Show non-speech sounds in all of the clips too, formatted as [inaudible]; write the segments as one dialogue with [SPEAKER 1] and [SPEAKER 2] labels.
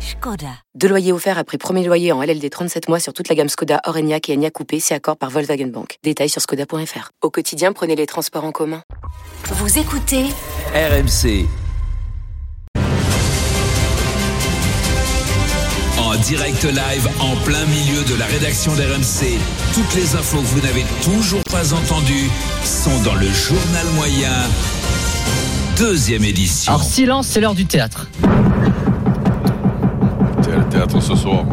[SPEAKER 1] Skoda.
[SPEAKER 2] Deux loyers offerts après premier loyer en LLD 37 mois sur toute la gamme Skoda, Orenia et Enya Coupé, c'est accord par Volkswagen Bank. Détails sur skoda.fr. Au quotidien, prenez les transports en commun.
[SPEAKER 1] Vous écoutez
[SPEAKER 3] RMC. En direct live, en plein milieu de la rédaction d'RMC, toutes les infos que vous n'avez toujours pas entendues sont dans le journal moyen, deuxième édition.
[SPEAKER 4] Alors silence, c'est l'heure du théâtre.
[SPEAKER 5] T'es le théâtre ce soir.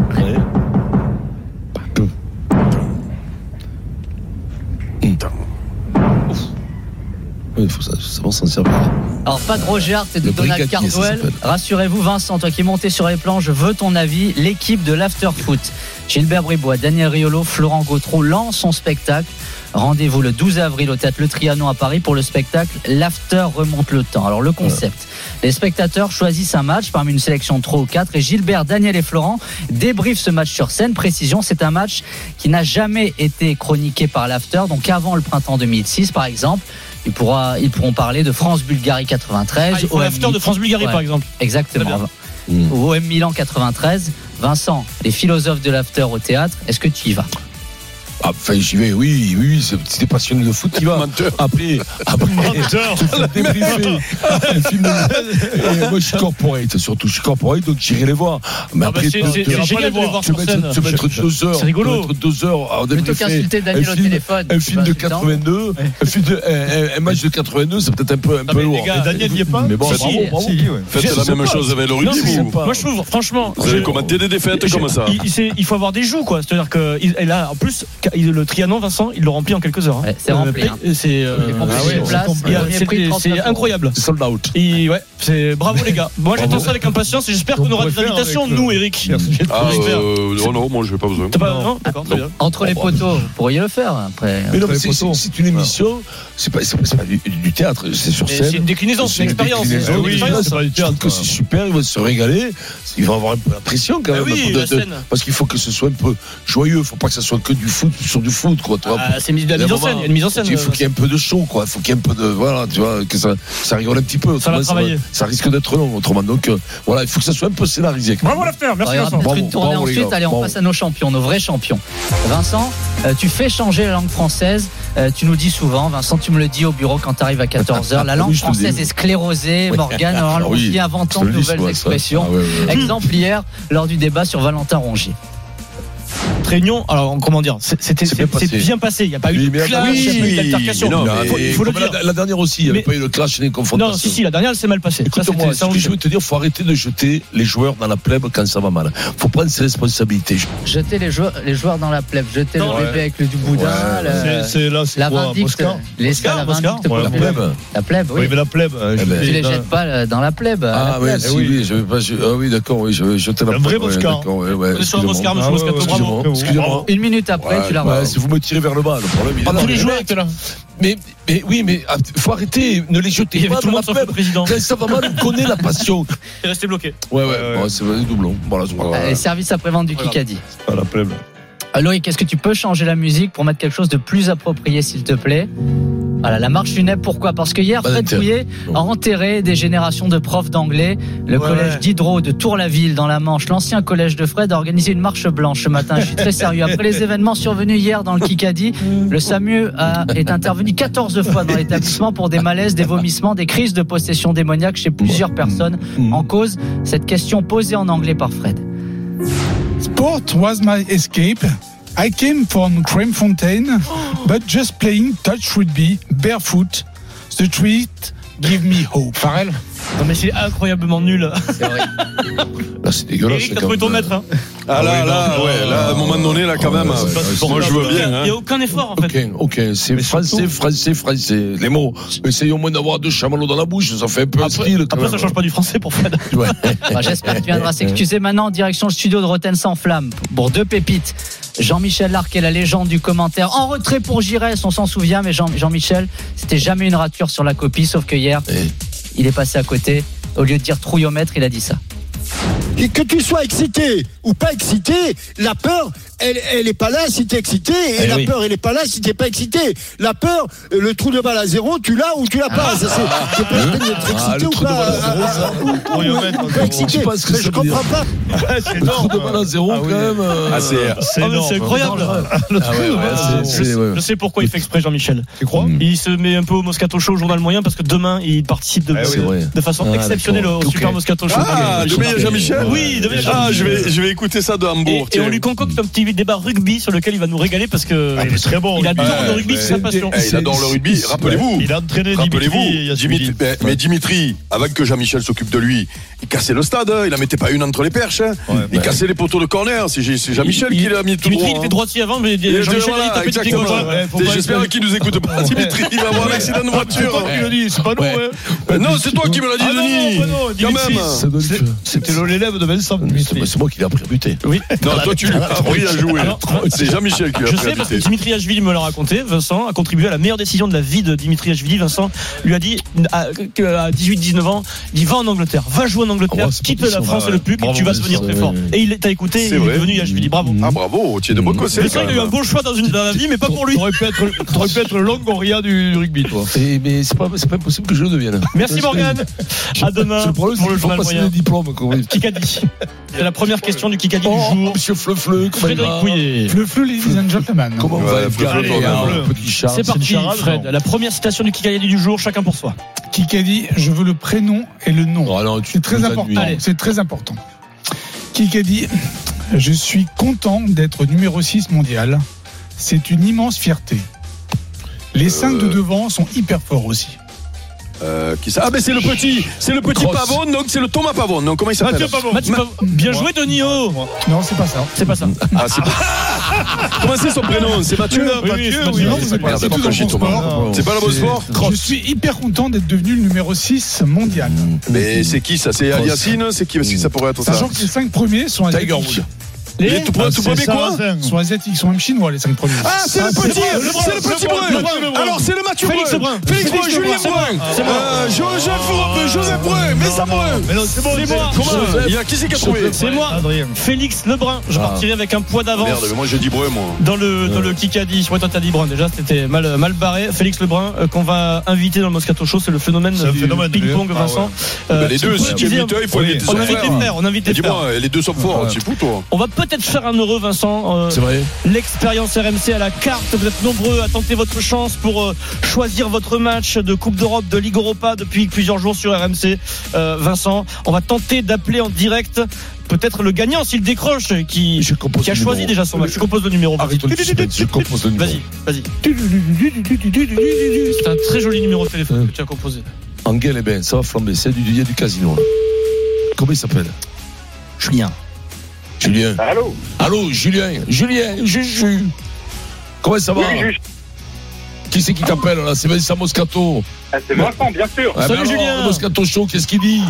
[SPEAKER 6] Il faut savoir s'en servir.
[SPEAKER 4] Alors pas de Roger Hart et de
[SPEAKER 6] Le
[SPEAKER 4] Donald
[SPEAKER 6] brigadier, ça
[SPEAKER 4] Cardwell.
[SPEAKER 6] s'appelle.
[SPEAKER 4] Rassurez-vous Vincent, toi qui est monté sur les plans, je veux ton avis. L'équipe de l'Afterfoot, Gilbert Bribois, Daniel Riolo, Florent Gautreau lance son spectacle. Rendez-vous le 12 avril au théâtre Le Trianon à Paris pour le spectacle L'After remonte le temps. Alors le concept, les spectateurs choisissent un match parmi une sélection de 3 ou 4 et Gilbert, Daniel et Florent débriefent ce match sur scène. Précision, c'est un match qui n'a jamais été chroniqué par l'After, donc avant le printemps 2006 par exemple. Ils, pourra- ils pourront parler de France-Bulgarie 93.
[SPEAKER 7] Ah, il faut
[SPEAKER 4] OM
[SPEAKER 7] l'after de France-Bulgarie,
[SPEAKER 4] Ouais.
[SPEAKER 7] par exemple. Très
[SPEAKER 4] Exactement.
[SPEAKER 7] bien.
[SPEAKER 6] Mm.
[SPEAKER 4] Au OM Milan 93. Vincent, les philosophes de l'after au théâtre, est-ce que tu y vas
[SPEAKER 6] Ah, enfin, j'y vais, oui, oui, oui, c'est- si t'es passionné de foot, tu vas.
[SPEAKER 5] Menteur.
[SPEAKER 6] Après, [laughs] après,
[SPEAKER 7] Menteur.
[SPEAKER 6] tu fais débriefer. Ah, un film
[SPEAKER 5] [laughs]
[SPEAKER 6] de- Et moi, je suis corporate, surtout, je suis corporate, donc j'irai les voir. Mais
[SPEAKER 7] Ah bah,
[SPEAKER 6] après,
[SPEAKER 7] c'est-
[SPEAKER 6] te-
[SPEAKER 7] c'est-
[SPEAKER 6] te-
[SPEAKER 7] c'est
[SPEAKER 6] te-
[SPEAKER 7] génial de les voir
[SPEAKER 6] te
[SPEAKER 7] sur
[SPEAKER 6] mettre,
[SPEAKER 7] scène.
[SPEAKER 6] te mettre deux heures.
[SPEAKER 7] c'est rigolo.
[SPEAKER 6] te mettre deux heures Ah, à
[SPEAKER 4] Plutôt
[SPEAKER 6] débriefer.
[SPEAKER 4] qu'insulter
[SPEAKER 6] Un
[SPEAKER 4] Daniel au
[SPEAKER 6] film-
[SPEAKER 4] téléphone.
[SPEAKER 6] Un
[SPEAKER 4] tu
[SPEAKER 6] film
[SPEAKER 4] vas
[SPEAKER 6] de
[SPEAKER 4] insultant.
[SPEAKER 6] 82, un, film de, un- un- un match de 82, c'est peut-être un peu, un peu
[SPEAKER 7] mais les
[SPEAKER 6] lourd.
[SPEAKER 7] gars, Daniel n'y est pas
[SPEAKER 6] Mais bon,
[SPEAKER 7] Si,
[SPEAKER 6] bravo,
[SPEAKER 7] si,
[SPEAKER 6] bravo.
[SPEAKER 5] Faites
[SPEAKER 6] Je
[SPEAKER 5] la
[SPEAKER 6] sais
[SPEAKER 5] même
[SPEAKER 6] pas.
[SPEAKER 5] chose avec
[SPEAKER 6] Non,
[SPEAKER 5] l'origine.
[SPEAKER 6] mais je sais
[SPEAKER 5] vous.
[SPEAKER 6] pas.
[SPEAKER 7] Moi, je trouve, franchement.
[SPEAKER 5] Vous allez
[SPEAKER 7] je-
[SPEAKER 5] commenter des défaites
[SPEAKER 7] je-
[SPEAKER 5] comme ça.
[SPEAKER 7] il, il sait- il faut avoir des joues, quoi. C'est-à-dire que il- et là, en plus, ca- il- le Trianon, Vincent, il le remplit en quelques heures. hein.
[SPEAKER 4] Ouais, c'est
[SPEAKER 7] Euh,
[SPEAKER 4] rempli, hein.
[SPEAKER 7] et C'est euh,
[SPEAKER 4] Les comptes,
[SPEAKER 6] Ah
[SPEAKER 4] c'est
[SPEAKER 6] ouais,
[SPEAKER 4] une place,
[SPEAKER 7] il y a-
[SPEAKER 4] premier
[SPEAKER 7] c'est-
[SPEAKER 4] prix,
[SPEAKER 7] c'est-
[SPEAKER 4] 39
[SPEAKER 7] c'est
[SPEAKER 4] euros.
[SPEAKER 7] incroyable.
[SPEAKER 6] Sold out.
[SPEAKER 7] Et ouais, c'est bravo les gars. Moi, j'attends ça avec impatience et j'espère qu'on aura des invitations,
[SPEAKER 6] euh,
[SPEAKER 7] nous, Eric.
[SPEAKER 5] Ah,
[SPEAKER 7] J'espère.
[SPEAKER 5] euh, non, non, moi, je n'ai pas besoin.
[SPEAKER 7] T'as pas non, D'accord, très bien.
[SPEAKER 4] Entre les poteaux, vous pourriez le faire après.
[SPEAKER 6] Mais non, mais c'est- c'est c'est une émission, c'est pas, c'est pas- c'est pas du, du théâtre, c'est sur
[SPEAKER 7] Mais
[SPEAKER 6] scène.
[SPEAKER 7] C'est une déclinaison, c'est une expérience.
[SPEAKER 6] déclinaison.
[SPEAKER 7] C'est une
[SPEAKER 6] Oui,
[SPEAKER 7] expérience.
[SPEAKER 6] c'est pas du théâtre. hein. Je trouve que c'est super, ils vont se régaler. Ils vont avoir un peu la pression quand
[SPEAKER 7] Ah
[SPEAKER 6] même.
[SPEAKER 7] oui,
[SPEAKER 6] un peu
[SPEAKER 7] la scène.
[SPEAKER 6] parce qu'il faut que ce soit un peu joyeux. Faut pas que ce soit que du foot sur du foot, quoi. tu vois.
[SPEAKER 7] Ah, C'est mis de la
[SPEAKER 6] Il y a
[SPEAKER 7] mise
[SPEAKER 6] un
[SPEAKER 7] en scène.
[SPEAKER 6] moment,
[SPEAKER 7] Il y a une mise en scène. euh,
[SPEAKER 6] Il faut qu'il y ait un peu de show, quoi. Il faut qu'il y ait un peu de. Voilà, tu vois, que ça, ça rigole un petit peu.
[SPEAKER 7] Ça va
[SPEAKER 6] Autrement,
[SPEAKER 7] travailler.
[SPEAKER 6] va- ça risque d'être long, autrement. Donc, euh, voilà, il faut que ça soit un peu scénarisé. quand même.
[SPEAKER 7] Bravo l'after,
[SPEAKER 4] Alors, il
[SPEAKER 7] merci
[SPEAKER 4] y aura
[SPEAKER 7] Vincent.
[SPEAKER 4] peut-être
[SPEAKER 6] Bravo,
[SPEAKER 4] une tournée
[SPEAKER 6] bravo, les
[SPEAKER 4] ensuite.
[SPEAKER 6] gars.
[SPEAKER 4] Allez, on
[SPEAKER 6] Bravo.
[SPEAKER 4] passe à nos champions, nos vrais champions. Vincent, euh, tu fais changer la langue française. Euh, tu nous dis souvent, Vincent, tu me le dis au bureau quand tu arrives à 14h. La langue
[SPEAKER 6] Ah, Oui, je te le dis,
[SPEAKER 4] française
[SPEAKER 6] oui.
[SPEAKER 4] est sclérosée.
[SPEAKER 6] Ouais.
[SPEAKER 4] Morgane,
[SPEAKER 6] Ah
[SPEAKER 4] alors, on
[SPEAKER 6] oui,
[SPEAKER 4] dit inventant
[SPEAKER 6] Je
[SPEAKER 4] de
[SPEAKER 6] te le dis,
[SPEAKER 4] nouvelles
[SPEAKER 6] ouais, ça.
[SPEAKER 4] expressions.
[SPEAKER 6] Ah ouais, ouais, ouais.
[SPEAKER 4] Exemple hier, lors du débat sur Valentin Rongier.
[SPEAKER 7] Réunion, alors comment dire, c'est- c'était
[SPEAKER 6] C'est bien
[SPEAKER 7] c'est- c'est
[SPEAKER 6] passé.
[SPEAKER 7] bien passé. Il n'y a pas eu
[SPEAKER 6] Oui,
[SPEAKER 7] de
[SPEAKER 6] mais
[SPEAKER 7] clash,
[SPEAKER 6] oui,
[SPEAKER 7] il n'y a pas eu
[SPEAKER 5] mais non,
[SPEAKER 7] d'altercation.
[SPEAKER 6] Ah,
[SPEAKER 5] mais-
[SPEAKER 7] Faut-
[SPEAKER 6] et
[SPEAKER 7] il faut le
[SPEAKER 6] comme la-
[SPEAKER 7] dire.
[SPEAKER 6] La, dernière aussi, il n'y avait
[SPEAKER 7] Mais-
[SPEAKER 6] pas eu le clash ni les confrontations.
[SPEAKER 7] Non, si, si, la dernière, elle s'est mal passée. Ça,
[SPEAKER 6] Écoute-moi,
[SPEAKER 7] c'était-
[SPEAKER 6] ce
[SPEAKER 7] ça, on-
[SPEAKER 6] que je veux te dire, faut arrêter de jeter les joueurs dans la plèbe quand ça va mal. Faut prendre ses responsabilités. Je-
[SPEAKER 4] Jeter les joueurs, les joueurs dans la plèbe, jeter
[SPEAKER 7] Non,
[SPEAKER 4] le bébé avec le du boudin,
[SPEAKER 6] Ouais.
[SPEAKER 4] le-
[SPEAKER 8] là,
[SPEAKER 4] Euh, la vindicte, l'escale, la
[SPEAKER 8] Mosca
[SPEAKER 4] vindicte,
[SPEAKER 6] La
[SPEAKER 4] populaire.
[SPEAKER 6] plèbe.
[SPEAKER 4] la plèbe, oui.
[SPEAKER 8] mais la plèbe.
[SPEAKER 6] Eh ben,
[SPEAKER 4] Tu les jettes pas euh, dans la plèbe. à la
[SPEAKER 6] Ah, ouais,
[SPEAKER 4] plèbe.
[SPEAKER 6] si, oui, je vais pas. je- Ah, oui, d'accord, oui, je vais jeter la
[SPEAKER 8] Un
[SPEAKER 6] plèbe.
[SPEAKER 8] vrai
[SPEAKER 6] ouais,
[SPEAKER 8] Mosca.
[SPEAKER 6] d'accord, ouais, ouais,
[SPEAKER 7] On est sur un
[SPEAKER 6] excusez-moi.
[SPEAKER 7] Mosca, monsieur
[SPEAKER 6] Ah,
[SPEAKER 7] Moscato,
[SPEAKER 6] ouais, ouais,
[SPEAKER 7] bravo.
[SPEAKER 6] Excusez-moi, excusez-moi.
[SPEAKER 4] Une minute après,
[SPEAKER 6] Ouais,
[SPEAKER 4] tu la
[SPEAKER 6] ouais,
[SPEAKER 4] reprends.
[SPEAKER 6] si vous me tirez vers le bas, le problème, il est
[SPEAKER 7] Pas
[SPEAKER 6] là.
[SPEAKER 7] Ah, tous les joueurs étaient là.
[SPEAKER 6] Mais, mais oui, mais ah, faut arrêter, ne les
[SPEAKER 7] Il y
[SPEAKER 6] jetez
[SPEAKER 7] avait
[SPEAKER 6] pas
[SPEAKER 7] tout
[SPEAKER 6] dans
[SPEAKER 7] le
[SPEAKER 6] la
[SPEAKER 7] monde sauf le
[SPEAKER 6] plèbe.
[SPEAKER 7] président.
[SPEAKER 6] Quand ça va mal, on connaît la
[SPEAKER 7] [laughs]
[SPEAKER 6] passion.
[SPEAKER 7] Il est resté bloqué.
[SPEAKER 6] Ouais, ouais,
[SPEAKER 8] ouais.
[SPEAKER 6] bon, c'est vrai, doublon. Voilà,
[SPEAKER 7] Ah,
[SPEAKER 6] c'est pas grave.
[SPEAKER 4] Allez, service après-vente du
[SPEAKER 7] Voilà.
[SPEAKER 4] Kikadi.
[SPEAKER 8] Ah, la plèbe.
[SPEAKER 4] Euh, Loïc, est-ce que tu peux changer la musique pour mettre quelque chose de plus approprié, s'il te plaît Voilà, la marche funèbre, pourquoi Parce que hier,
[SPEAKER 6] Pas
[SPEAKER 4] Fred
[SPEAKER 6] d'intérêt.
[SPEAKER 4] Pouillet a enterré des générations de profs d'anglais. Le
[SPEAKER 8] Ouais,
[SPEAKER 4] collège
[SPEAKER 8] ouais.
[SPEAKER 4] d'Hydro de Tour-la-Ville, dans la Manche, l'ancien collège de Fred, a organisé une marche blanche ce matin. Je suis très sérieux. Après les événements survenus hier dans le Kikadi, le SAMU a- est intervenu 14 fois dans l'établissement pour des malaises, des vomissements, des crises de possession démoniaque chez plusieurs personnes.
[SPEAKER 6] Mm.
[SPEAKER 4] En cause, cette question posée en anglais par Fred.
[SPEAKER 9] Sport was my escape. I came from Cremfontein, but just playing touch rugby barefoot, the treat gave me hope. Farrell
[SPEAKER 7] Non, mais c'est incroyablement nul.
[SPEAKER 4] C'est vrai.
[SPEAKER 6] Là, c'est dégueulasse.
[SPEAKER 7] Eric,
[SPEAKER 6] c'est
[SPEAKER 7] t'as
[SPEAKER 6] comme-
[SPEAKER 7] trouvé ton maître. Hein.
[SPEAKER 5] Ah là,
[SPEAKER 6] oui,
[SPEAKER 5] là,
[SPEAKER 6] non,
[SPEAKER 5] ouais, là, à un moment donné, là, quand
[SPEAKER 6] Ah,
[SPEAKER 5] même.
[SPEAKER 6] ouais,
[SPEAKER 5] hein.
[SPEAKER 6] ouais, ouais,
[SPEAKER 5] Moi, je veux bien,
[SPEAKER 7] Il n'y
[SPEAKER 5] hein.
[SPEAKER 7] a aucun effort en fait.
[SPEAKER 6] Ok, ok, c'est
[SPEAKER 7] Mais
[SPEAKER 6] français,
[SPEAKER 7] surtout-
[SPEAKER 6] français, français. Les mots. Essayez au moins d'avoir deux chamallows dans la bouche, ça fait un peu
[SPEAKER 7] Après,
[SPEAKER 6] style. quand
[SPEAKER 7] après,
[SPEAKER 6] même.
[SPEAKER 7] ça change pas du français
[SPEAKER 6] [laughs]
[SPEAKER 7] pour Fred. [laughs]
[SPEAKER 6] Ouais.
[SPEAKER 4] Enfin, J'espère que tu viendras s'excuser maintenant. Direction le studio de Roten sans flamme pour deux pépites. Jean-Michel Larquet, la légende du commentaire. En retrait pour Giresse, on s'en souvient, mais Jean- Jean-Michel, c'était jamais une rature sur la copie, sauf que hier,
[SPEAKER 6] Eh.
[SPEAKER 4] il est passé à côté. Au lieu de dire trouillomètre, il a dit ça.
[SPEAKER 1] Et que tu sois excité ou pas excité, la peur, elle, elle est pas là si t'es excité, et
[SPEAKER 7] Eh
[SPEAKER 1] la
[SPEAKER 7] oui.
[SPEAKER 1] peur, elle est pas là si t'es pas excité. La peur, euh, le trou de balle à zéro, tu l'as ou tu l'as pas. Ça, c'est- c'est pas la peine d'être
[SPEAKER 6] Ah,
[SPEAKER 1] excité
[SPEAKER 6] le
[SPEAKER 1] ou
[SPEAKER 6] trou de
[SPEAKER 1] pas.
[SPEAKER 6] balle
[SPEAKER 7] Euh,
[SPEAKER 6] à zéro,
[SPEAKER 1] Ah,
[SPEAKER 6] ça.
[SPEAKER 1] ah, ou- ou-
[SPEAKER 7] Trouillomètre,
[SPEAKER 1] ou
[SPEAKER 7] en
[SPEAKER 1] pas
[SPEAKER 7] gros.
[SPEAKER 1] excité.
[SPEAKER 6] Je sais pas ce que
[SPEAKER 1] Je
[SPEAKER 6] ça veut
[SPEAKER 1] comprends pas.
[SPEAKER 6] [laughs]
[SPEAKER 7] c'est
[SPEAKER 6] Le trou de balle à zéro,
[SPEAKER 7] Ah
[SPEAKER 6] quand
[SPEAKER 7] oui.
[SPEAKER 6] même. euh,
[SPEAKER 5] Ah, c'est.
[SPEAKER 7] C'est
[SPEAKER 6] énorme.
[SPEAKER 7] incroyable. Le
[SPEAKER 6] Ah ouais,
[SPEAKER 7] truc,
[SPEAKER 6] ouais,
[SPEAKER 7] euh,
[SPEAKER 6] c'est-
[SPEAKER 7] je,
[SPEAKER 6] c'est- ouais. Mm. Hmm.
[SPEAKER 7] je sais pourquoi il fait exprès Jean-Michel.
[SPEAKER 6] Tu crois
[SPEAKER 7] Il se met un peu au Moscato Show au journal moyen parce que demain il participe de,
[SPEAKER 6] Ah oui. C'est vrai.
[SPEAKER 7] de façon
[SPEAKER 6] Ah,
[SPEAKER 7] exceptionnelle au
[SPEAKER 6] d'accord. Ok.
[SPEAKER 7] Super Moscato Show.
[SPEAKER 5] Ah,
[SPEAKER 6] je
[SPEAKER 5] demain, il y a
[SPEAKER 6] sais.
[SPEAKER 5] Jean-Michel
[SPEAKER 7] Oui, demain, il y a
[SPEAKER 5] Ah, je
[SPEAKER 7] Jean-Michel.
[SPEAKER 5] vais, [laughs] je vais écouter ça de
[SPEAKER 7] Et,
[SPEAKER 5] Hambourg.
[SPEAKER 7] et on
[SPEAKER 5] tiens.
[SPEAKER 7] lui concocte un petit débat rugby sur lequel il va nous régaler parce que il est Ah, très bon. Il adore
[SPEAKER 5] Ouais,
[SPEAKER 7] le rugby,
[SPEAKER 5] ouais.
[SPEAKER 7] c'est sa passion.
[SPEAKER 5] Eh, il adore le rugby. Rappelez-vous.
[SPEAKER 7] a entraîné
[SPEAKER 5] Rappelez-vous, Dimitri, mais, mais Dimitri, avant que Jean-Michel s'occupe de lui, il cassait le stade, hein, il en mettait pas une entre les perches, hein. il
[SPEAKER 6] bah.
[SPEAKER 5] cassait les poteaux de corner, c'est c'est Jean-Michel qui l'a mis tout
[SPEAKER 7] Dimitri,
[SPEAKER 5] droit,
[SPEAKER 7] il
[SPEAKER 5] hein.
[SPEAKER 7] fait droitier avant, mais
[SPEAKER 5] Et
[SPEAKER 7] Jean-Michel,
[SPEAKER 5] voilà,
[SPEAKER 7] il tapait du pied
[SPEAKER 5] exactement.
[SPEAKER 7] gauche.
[SPEAKER 5] Et J'espère qu'il
[SPEAKER 7] [laughs]
[SPEAKER 5] nous écoute pas, Dimitri, il va avoir un accident de voiture.
[SPEAKER 7] dit, c'est Ah, pas
[SPEAKER 6] nous, hein.
[SPEAKER 5] Euh, Non, c'est toi qui me l'as dit,
[SPEAKER 7] Ah non,
[SPEAKER 5] Denis.
[SPEAKER 7] non, non,
[SPEAKER 5] Quand
[SPEAKER 7] Dimitri,
[SPEAKER 5] même.
[SPEAKER 6] ça donne que-
[SPEAKER 7] C'était l'élève de Vincent.
[SPEAKER 6] Mais C'est mais c'est moi qui l'ai appris à buter.
[SPEAKER 7] Oui.
[SPEAKER 5] Non, toi tu lui as
[SPEAKER 7] Ah,
[SPEAKER 5] appris
[SPEAKER 7] [laughs]
[SPEAKER 5] à jouer.
[SPEAKER 7] Alors,
[SPEAKER 5] C'est Jean-Michel qui l'a
[SPEAKER 7] Je
[SPEAKER 5] appris
[SPEAKER 7] sais
[SPEAKER 5] à
[SPEAKER 7] parce que
[SPEAKER 5] buter.
[SPEAKER 7] Dimitri Ashvili me l'a raconté. Vincent a contribué à la meilleure décision de la vie de Dimitri Ashvili. Vincent lui a dit à, que- à 18-19 ans, il dit va en Angleterre, va jouer en Angleterre,
[SPEAKER 6] Ah ouais, c'est
[SPEAKER 7] quitte
[SPEAKER 6] pas
[SPEAKER 7] la France
[SPEAKER 6] possible.
[SPEAKER 7] et le pub,
[SPEAKER 6] Bravo,
[SPEAKER 7] tu vas devenir
[SPEAKER 6] Vincent,
[SPEAKER 7] très fort.
[SPEAKER 6] ouais, ouais.
[SPEAKER 7] Et il t'a écouté,
[SPEAKER 5] C'est
[SPEAKER 7] il est
[SPEAKER 5] vrai.
[SPEAKER 7] devenu Ashvili. Bravo.
[SPEAKER 5] Ah bravo, tu es de bons conseils.
[SPEAKER 7] Vincent, il a eu un bon choix dans, une, dans la vie, mais pas pour lui.
[SPEAKER 6] T'aurais pu être, t'aurais pu être le Longoria du, du rugby, toi. Et, mais c'est pas, c'est pas impossible que je le devienne.
[SPEAKER 7] Merci Morgane. [laughs] À demain
[SPEAKER 6] Le problème, c'est
[SPEAKER 7] pour
[SPEAKER 6] qu'il
[SPEAKER 7] le
[SPEAKER 6] faut
[SPEAKER 7] journal
[SPEAKER 6] passer
[SPEAKER 7] moyen.
[SPEAKER 6] les diplômes. quoi.
[SPEAKER 7] Kikadi. C'est la première question du Kikadi du
[SPEAKER 6] Oh,
[SPEAKER 7] jour.
[SPEAKER 6] monsieur Fleu-Fleu, comment il
[SPEAKER 7] Frédéric
[SPEAKER 6] va
[SPEAKER 7] Pouillet.
[SPEAKER 9] Le flou, ladies and gentlemen.
[SPEAKER 6] Comment on
[SPEAKER 5] Ouais,
[SPEAKER 6] va Edgar,
[SPEAKER 5] Fleu-Fleu, Fleu-Fleu.
[SPEAKER 6] Edgar,
[SPEAKER 7] Fleu-Fleu.
[SPEAKER 6] Petit Charles,
[SPEAKER 7] C'est
[SPEAKER 6] une
[SPEAKER 7] parti,
[SPEAKER 6] charade,
[SPEAKER 7] Fred.
[SPEAKER 6] non
[SPEAKER 7] La première citation du Kikadi du jour, chacun pour soi.
[SPEAKER 9] Kikadi, je veux le prénom et le nom.
[SPEAKER 6] Oh, non, tu
[SPEAKER 9] C'est très
[SPEAKER 6] nous as
[SPEAKER 9] important.
[SPEAKER 6] nuit.
[SPEAKER 9] C'est très important. Kikadi, je suis content d'être numéro 6 mondial. C'est une immense fierté. Les 5 de devant sont hyper forts aussi.
[SPEAKER 5] Euh, qui ça Ah ben c'est le petit, c'est le petit
[SPEAKER 6] Grosse.
[SPEAKER 5] Pavon, donc c'est le Thomas Pavon. Donc comment il s'appelle
[SPEAKER 7] Mathieu Pavon. Bien joué, Denis Oh.
[SPEAKER 9] Non, c'est pas ça.
[SPEAKER 7] C'est pas ça.
[SPEAKER 5] Ah, c'est pas... Comment c'est son prénom C'est Mathieu
[SPEAKER 7] Oui, oui, c'est Mathieu.
[SPEAKER 9] Non,
[SPEAKER 6] c'est
[SPEAKER 9] c'est
[SPEAKER 6] pas-
[SPEAKER 9] pas
[SPEAKER 6] c'est
[SPEAKER 9] du
[SPEAKER 6] pas
[SPEAKER 9] tout dans
[SPEAKER 6] comme
[SPEAKER 9] le
[SPEAKER 6] chez
[SPEAKER 9] bon
[SPEAKER 6] Thomas.
[SPEAKER 9] sport.
[SPEAKER 6] Non,
[SPEAKER 5] C'est pas le beau sport
[SPEAKER 9] Je suis hyper content d'être devenu le numéro 6 mondial.
[SPEAKER 5] Mais c'est qui ça C'est Aliasine C'est qui Parce que ça pourrait être ça
[SPEAKER 9] Sachant que les 5 premiers sont
[SPEAKER 6] Tiger
[SPEAKER 9] asiatiques.
[SPEAKER 6] Woods.
[SPEAKER 5] Les tout, tout premier quoi
[SPEAKER 9] Sont asiatiques, sont même chinois les 5 premiers.
[SPEAKER 5] Ah, c'est le petit C'est le petit Brun Alors c'est le Mathieu
[SPEAKER 7] Félix
[SPEAKER 5] Brun
[SPEAKER 7] Brun.
[SPEAKER 5] Félix Brun,
[SPEAKER 7] Félix
[SPEAKER 5] Julien
[SPEAKER 7] Brun.
[SPEAKER 5] Brun
[SPEAKER 7] C'est bon.
[SPEAKER 5] Euh, Joseph Brun, Joseph Brun, mais ça Brun
[SPEAKER 7] Mais non, c'est bon, c'est moi.
[SPEAKER 5] Comment Il y a qui c'est qui a trouvé
[SPEAKER 7] C'est moi, Félix Lebrun. Je
[SPEAKER 6] Ah.
[SPEAKER 7] partirai avec un poids
[SPEAKER 5] Merde,
[SPEAKER 7] d'avance.
[SPEAKER 5] mais moi j'ai dit Brun moi.
[SPEAKER 7] Dans le, dans le Kikadi, ouais, toi t'as dit Brun déjà, c'était mal, euh, mal barré. Félix Lebrun, euh, qu'on va inviter dans le Moscato Show, c'est le phénomène
[SPEAKER 6] un
[SPEAKER 7] du
[SPEAKER 6] phénomène, lui.
[SPEAKER 7] ping-pong,
[SPEAKER 6] Ah
[SPEAKER 7] Vincent. Euh,
[SPEAKER 5] Ben, les deux,
[SPEAKER 7] qui
[SPEAKER 5] si tu es
[SPEAKER 7] disait-
[SPEAKER 5] buteur, il faut
[SPEAKER 6] Oui.
[SPEAKER 5] les deux
[SPEAKER 7] On invite les frères, on invite les frères.
[SPEAKER 5] Dis-moi, les deux sont forts, c'est fou toi
[SPEAKER 7] On va peut-être faire un heureux, Vincent. euh,
[SPEAKER 6] C'est vrai.
[SPEAKER 7] L'expérience RMC à la carte, vous êtes nombreux à tenter votre chance pour euh, choisir votre match de Coupe d'Europe, de Ligue Europa depuis plusieurs jours sur RMC. Euh, Vincent, on va tenter d'appeler en direct peut-être le gagnant s'il décroche, qui,
[SPEAKER 6] Je compose
[SPEAKER 7] qui a
[SPEAKER 6] le
[SPEAKER 7] choisi
[SPEAKER 6] numéro.
[SPEAKER 7] déjà son match. Je compose le numéro. Vas-y,
[SPEAKER 6] Arrête le suspense, je compose le numéro.
[SPEAKER 7] vas-y. vas-y. C'est un très joli numéro de téléphone que tu as composé.
[SPEAKER 6] Angel, eh ben, ça va flamber. C'est du Didier du casino. là. Comment il s'appelle
[SPEAKER 7] Julien.
[SPEAKER 6] Julien. Allô Allô, Julien. Julien, Juju. Comment ça va Qui c'est qui t'appelle là C'est Vincent Moscato.
[SPEAKER 8] C'est Vincent, bien sûr.
[SPEAKER 6] Ah,
[SPEAKER 7] Salut,
[SPEAKER 6] mais alors,
[SPEAKER 7] Julien. Ah, bah,
[SPEAKER 6] le Moscato Show, qu'est-ce qu'il dit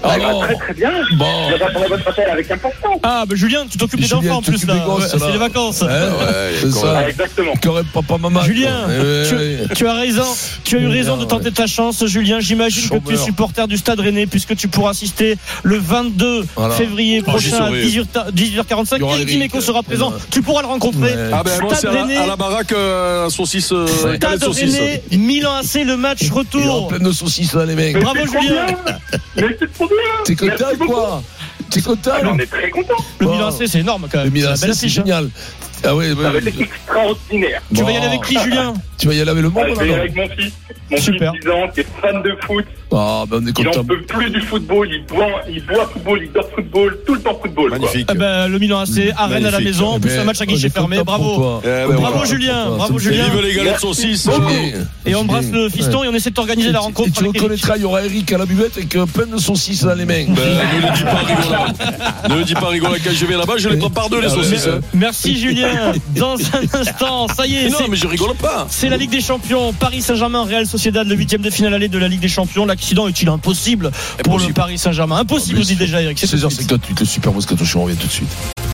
[SPEAKER 6] Alors,
[SPEAKER 8] Très très bien.
[SPEAKER 6] bon.
[SPEAKER 8] Je vais répondre à votre appel avec importance.
[SPEAKER 7] Ah, bah Julien, tu t'occupes des
[SPEAKER 6] Julien,
[SPEAKER 7] enfants en
[SPEAKER 6] tu
[SPEAKER 7] plus
[SPEAKER 6] t'occupes
[SPEAKER 7] là.
[SPEAKER 6] des gosses,
[SPEAKER 7] Ouais,
[SPEAKER 6] là.
[SPEAKER 7] C'est les vacances.
[SPEAKER 6] Hein
[SPEAKER 5] Ouais,
[SPEAKER 6] c'est
[SPEAKER 5] correct.
[SPEAKER 6] ça.
[SPEAKER 8] Ah, exactement.
[SPEAKER 6] Correct, papa, maman.
[SPEAKER 7] Julien,
[SPEAKER 6] quoi. Eh,
[SPEAKER 7] tu,
[SPEAKER 6] eh, eh.
[SPEAKER 7] tu as raison. Tu as eu raison de tenter ta chance, Julien. J'imagine que tu es
[SPEAKER 6] Chômeur.
[SPEAKER 7] supporter du Stade Rennais puisque tu pourras assister le 22
[SPEAKER 6] Voilà. Ah,
[SPEAKER 7] février
[SPEAKER 5] Oh, j'y
[SPEAKER 7] prochain à
[SPEAKER 5] serai.
[SPEAKER 7] 18, h 45
[SPEAKER 6] Il y aura
[SPEAKER 7] Eric
[SPEAKER 6] Eric.
[SPEAKER 7] Dimeco sera présent.
[SPEAKER 6] Ouais.
[SPEAKER 7] Tu pourras le rencontrer.
[SPEAKER 6] Ouais.
[SPEAKER 5] Ah ben moi
[SPEAKER 7] Stade
[SPEAKER 5] c'est à la- à
[SPEAKER 7] Rennais.
[SPEAKER 5] la baraque euh, saucisse, euh,
[SPEAKER 6] Ouais.
[SPEAKER 5] galette
[SPEAKER 7] Stade
[SPEAKER 5] saucisse.
[SPEAKER 7] Rennais, Milan AC, le match
[SPEAKER 6] Il est en
[SPEAKER 7] retour.
[SPEAKER 6] plein de saucisses là, les mecs.
[SPEAKER 8] Mais
[SPEAKER 7] Bravo,
[SPEAKER 8] c'est trop
[SPEAKER 7] Julien.
[SPEAKER 8] bien. Mais c'est trop bien.
[SPEAKER 6] T'es content
[SPEAKER 8] Merci beaucoup.
[SPEAKER 6] quoi T'es content
[SPEAKER 8] Ah, mais On est très contents.
[SPEAKER 7] Le
[SPEAKER 6] Bon.
[SPEAKER 7] Milan AC, c'est énorme quand
[SPEAKER 6] Le
[SPEAKER 7] même.
[SPEAKER 6] Milan,
[SPEAKER 7] C'est la belle
[SPEAKER 6] c'est
[SPEAKER 7] affiche, hein.
[SPEAKER 6] génial. Ah ouais, ouais,
[SPEAKER 8] Ça va être
[SPEAKER 6] ouais.
[SPEAKER 8] extraordinaire.
[SPEAKER 7] Tu
[SPEAKER 6] Bon.
[SPEAKER 7] vas y aller avec qui, Julien
[SPEAKER 6] Tu vas y aller avec le
[SPEAKER 8] Ah,
[SPEAKER 6] monde
[SPEAKER 8] je
[SPEAKER 6] là
[SPEAKER 8] vais y aller
[SPEAKER 6] non
[SPEAKER 8] avec mon fils. Mon
[SPEAKER 7] Super.
[SPEAKER 8] fils de 10 ans qui est fan de foot.
[SPEAKER 6] Ah, ben on est
[SPEAKER 8] Il n'en
[SPEAKER 6] content.
[SPEAKER 8] peut plus du football, il boit, il boit football, il dort football, tout le temps football. quoi.
[SPEAKER 5] Magnifique.
[SPEAKER 7] Eh ben, le Milan AC, à Rennes à la
[SPEAKER 5] Magnifique.
[SPEAKER 7] maison, en
[SPEAKER 6] Eh
[SPEAKER 7] plus
[SPEAKER 6] ben,
[SPEAKER 7] un match à
[SPEAKER 6] on
[SPEAKER 7] guichet
[SPEAKER 6] est content
[SPEAKER 7] fermé,
[SPEAKER 6] pour
[SPEAKER 7] bravo.
[SPEAKER 6] toi.
[SPEAKER 5] Eh ben,
[SPEAKER 7] Bravo,
[SPEAKER 5] voilà.
[SPEAKER 7] Julien,
[SPEAKER 6] Content,
[SPEAKER 7] bravo,
[SPEAKER 6] ça me fait
[SPEAKER 7] Julien.
[SPEAKER 5] Vive les galets de saucisse.
[SPEAKER 6] Julien,
[SPEAKER 7] Et on embrasse
[SPEAKER 6] Julien.
[SPEAKER 7] le fiston
[SPEAKER 6] Ouais.
[SPEAKER 7] et on essaie d'organiser
[SPEAKER 6] Et
[SPEAKER 7] la
[SPEAKER 6] tu-
[SPEAKER 7] rencontre
[SPEAKER 6] Et tu
[SPEAKER 7] avec Eric.
[SPEAKER 6] reconnaîtras, il y aura Eric à la buvette avec euh, plein de saucisses dans les mains.
[SPEAKER 5] Ben, ne le dis pas rigolant. Ne le dis pas rigolant quand je vais là-bas, je les prends par deux les
[SPEAKER 6] Ah ouais.
[SPEAKER 5] saucisses. hein.
[SPEAKER 7] Merci Julien. Dans un instant, ça y
[SPEAKER 5] Mais
[SPEAKER 7] est,
[SPEAKER 5] non,
[SPEAKER 7] c'est
[SPEAKER 5] mais je rigole pas.
[SPEAKER 7] C'est la Ligue des Champions, Paris Saint-Germain, Real Sociedad, le huitième de finale aller de la Ligue des Champions. L'accident est-il impossible pour
[SPEAKER 5] Impossible.
[SPEAKER 7] le Paris Saint-Germain Impossible,
[SPEAKER 6] Ah,
[SPEAKER 7] on dit
[SPEAKER 6] bien sûr.
[SPEAKER 7] déjà Eric. c'est tout de suite.
[SPEAKER 6] 16h58, le Super Moscato Show, on revient tout de suite.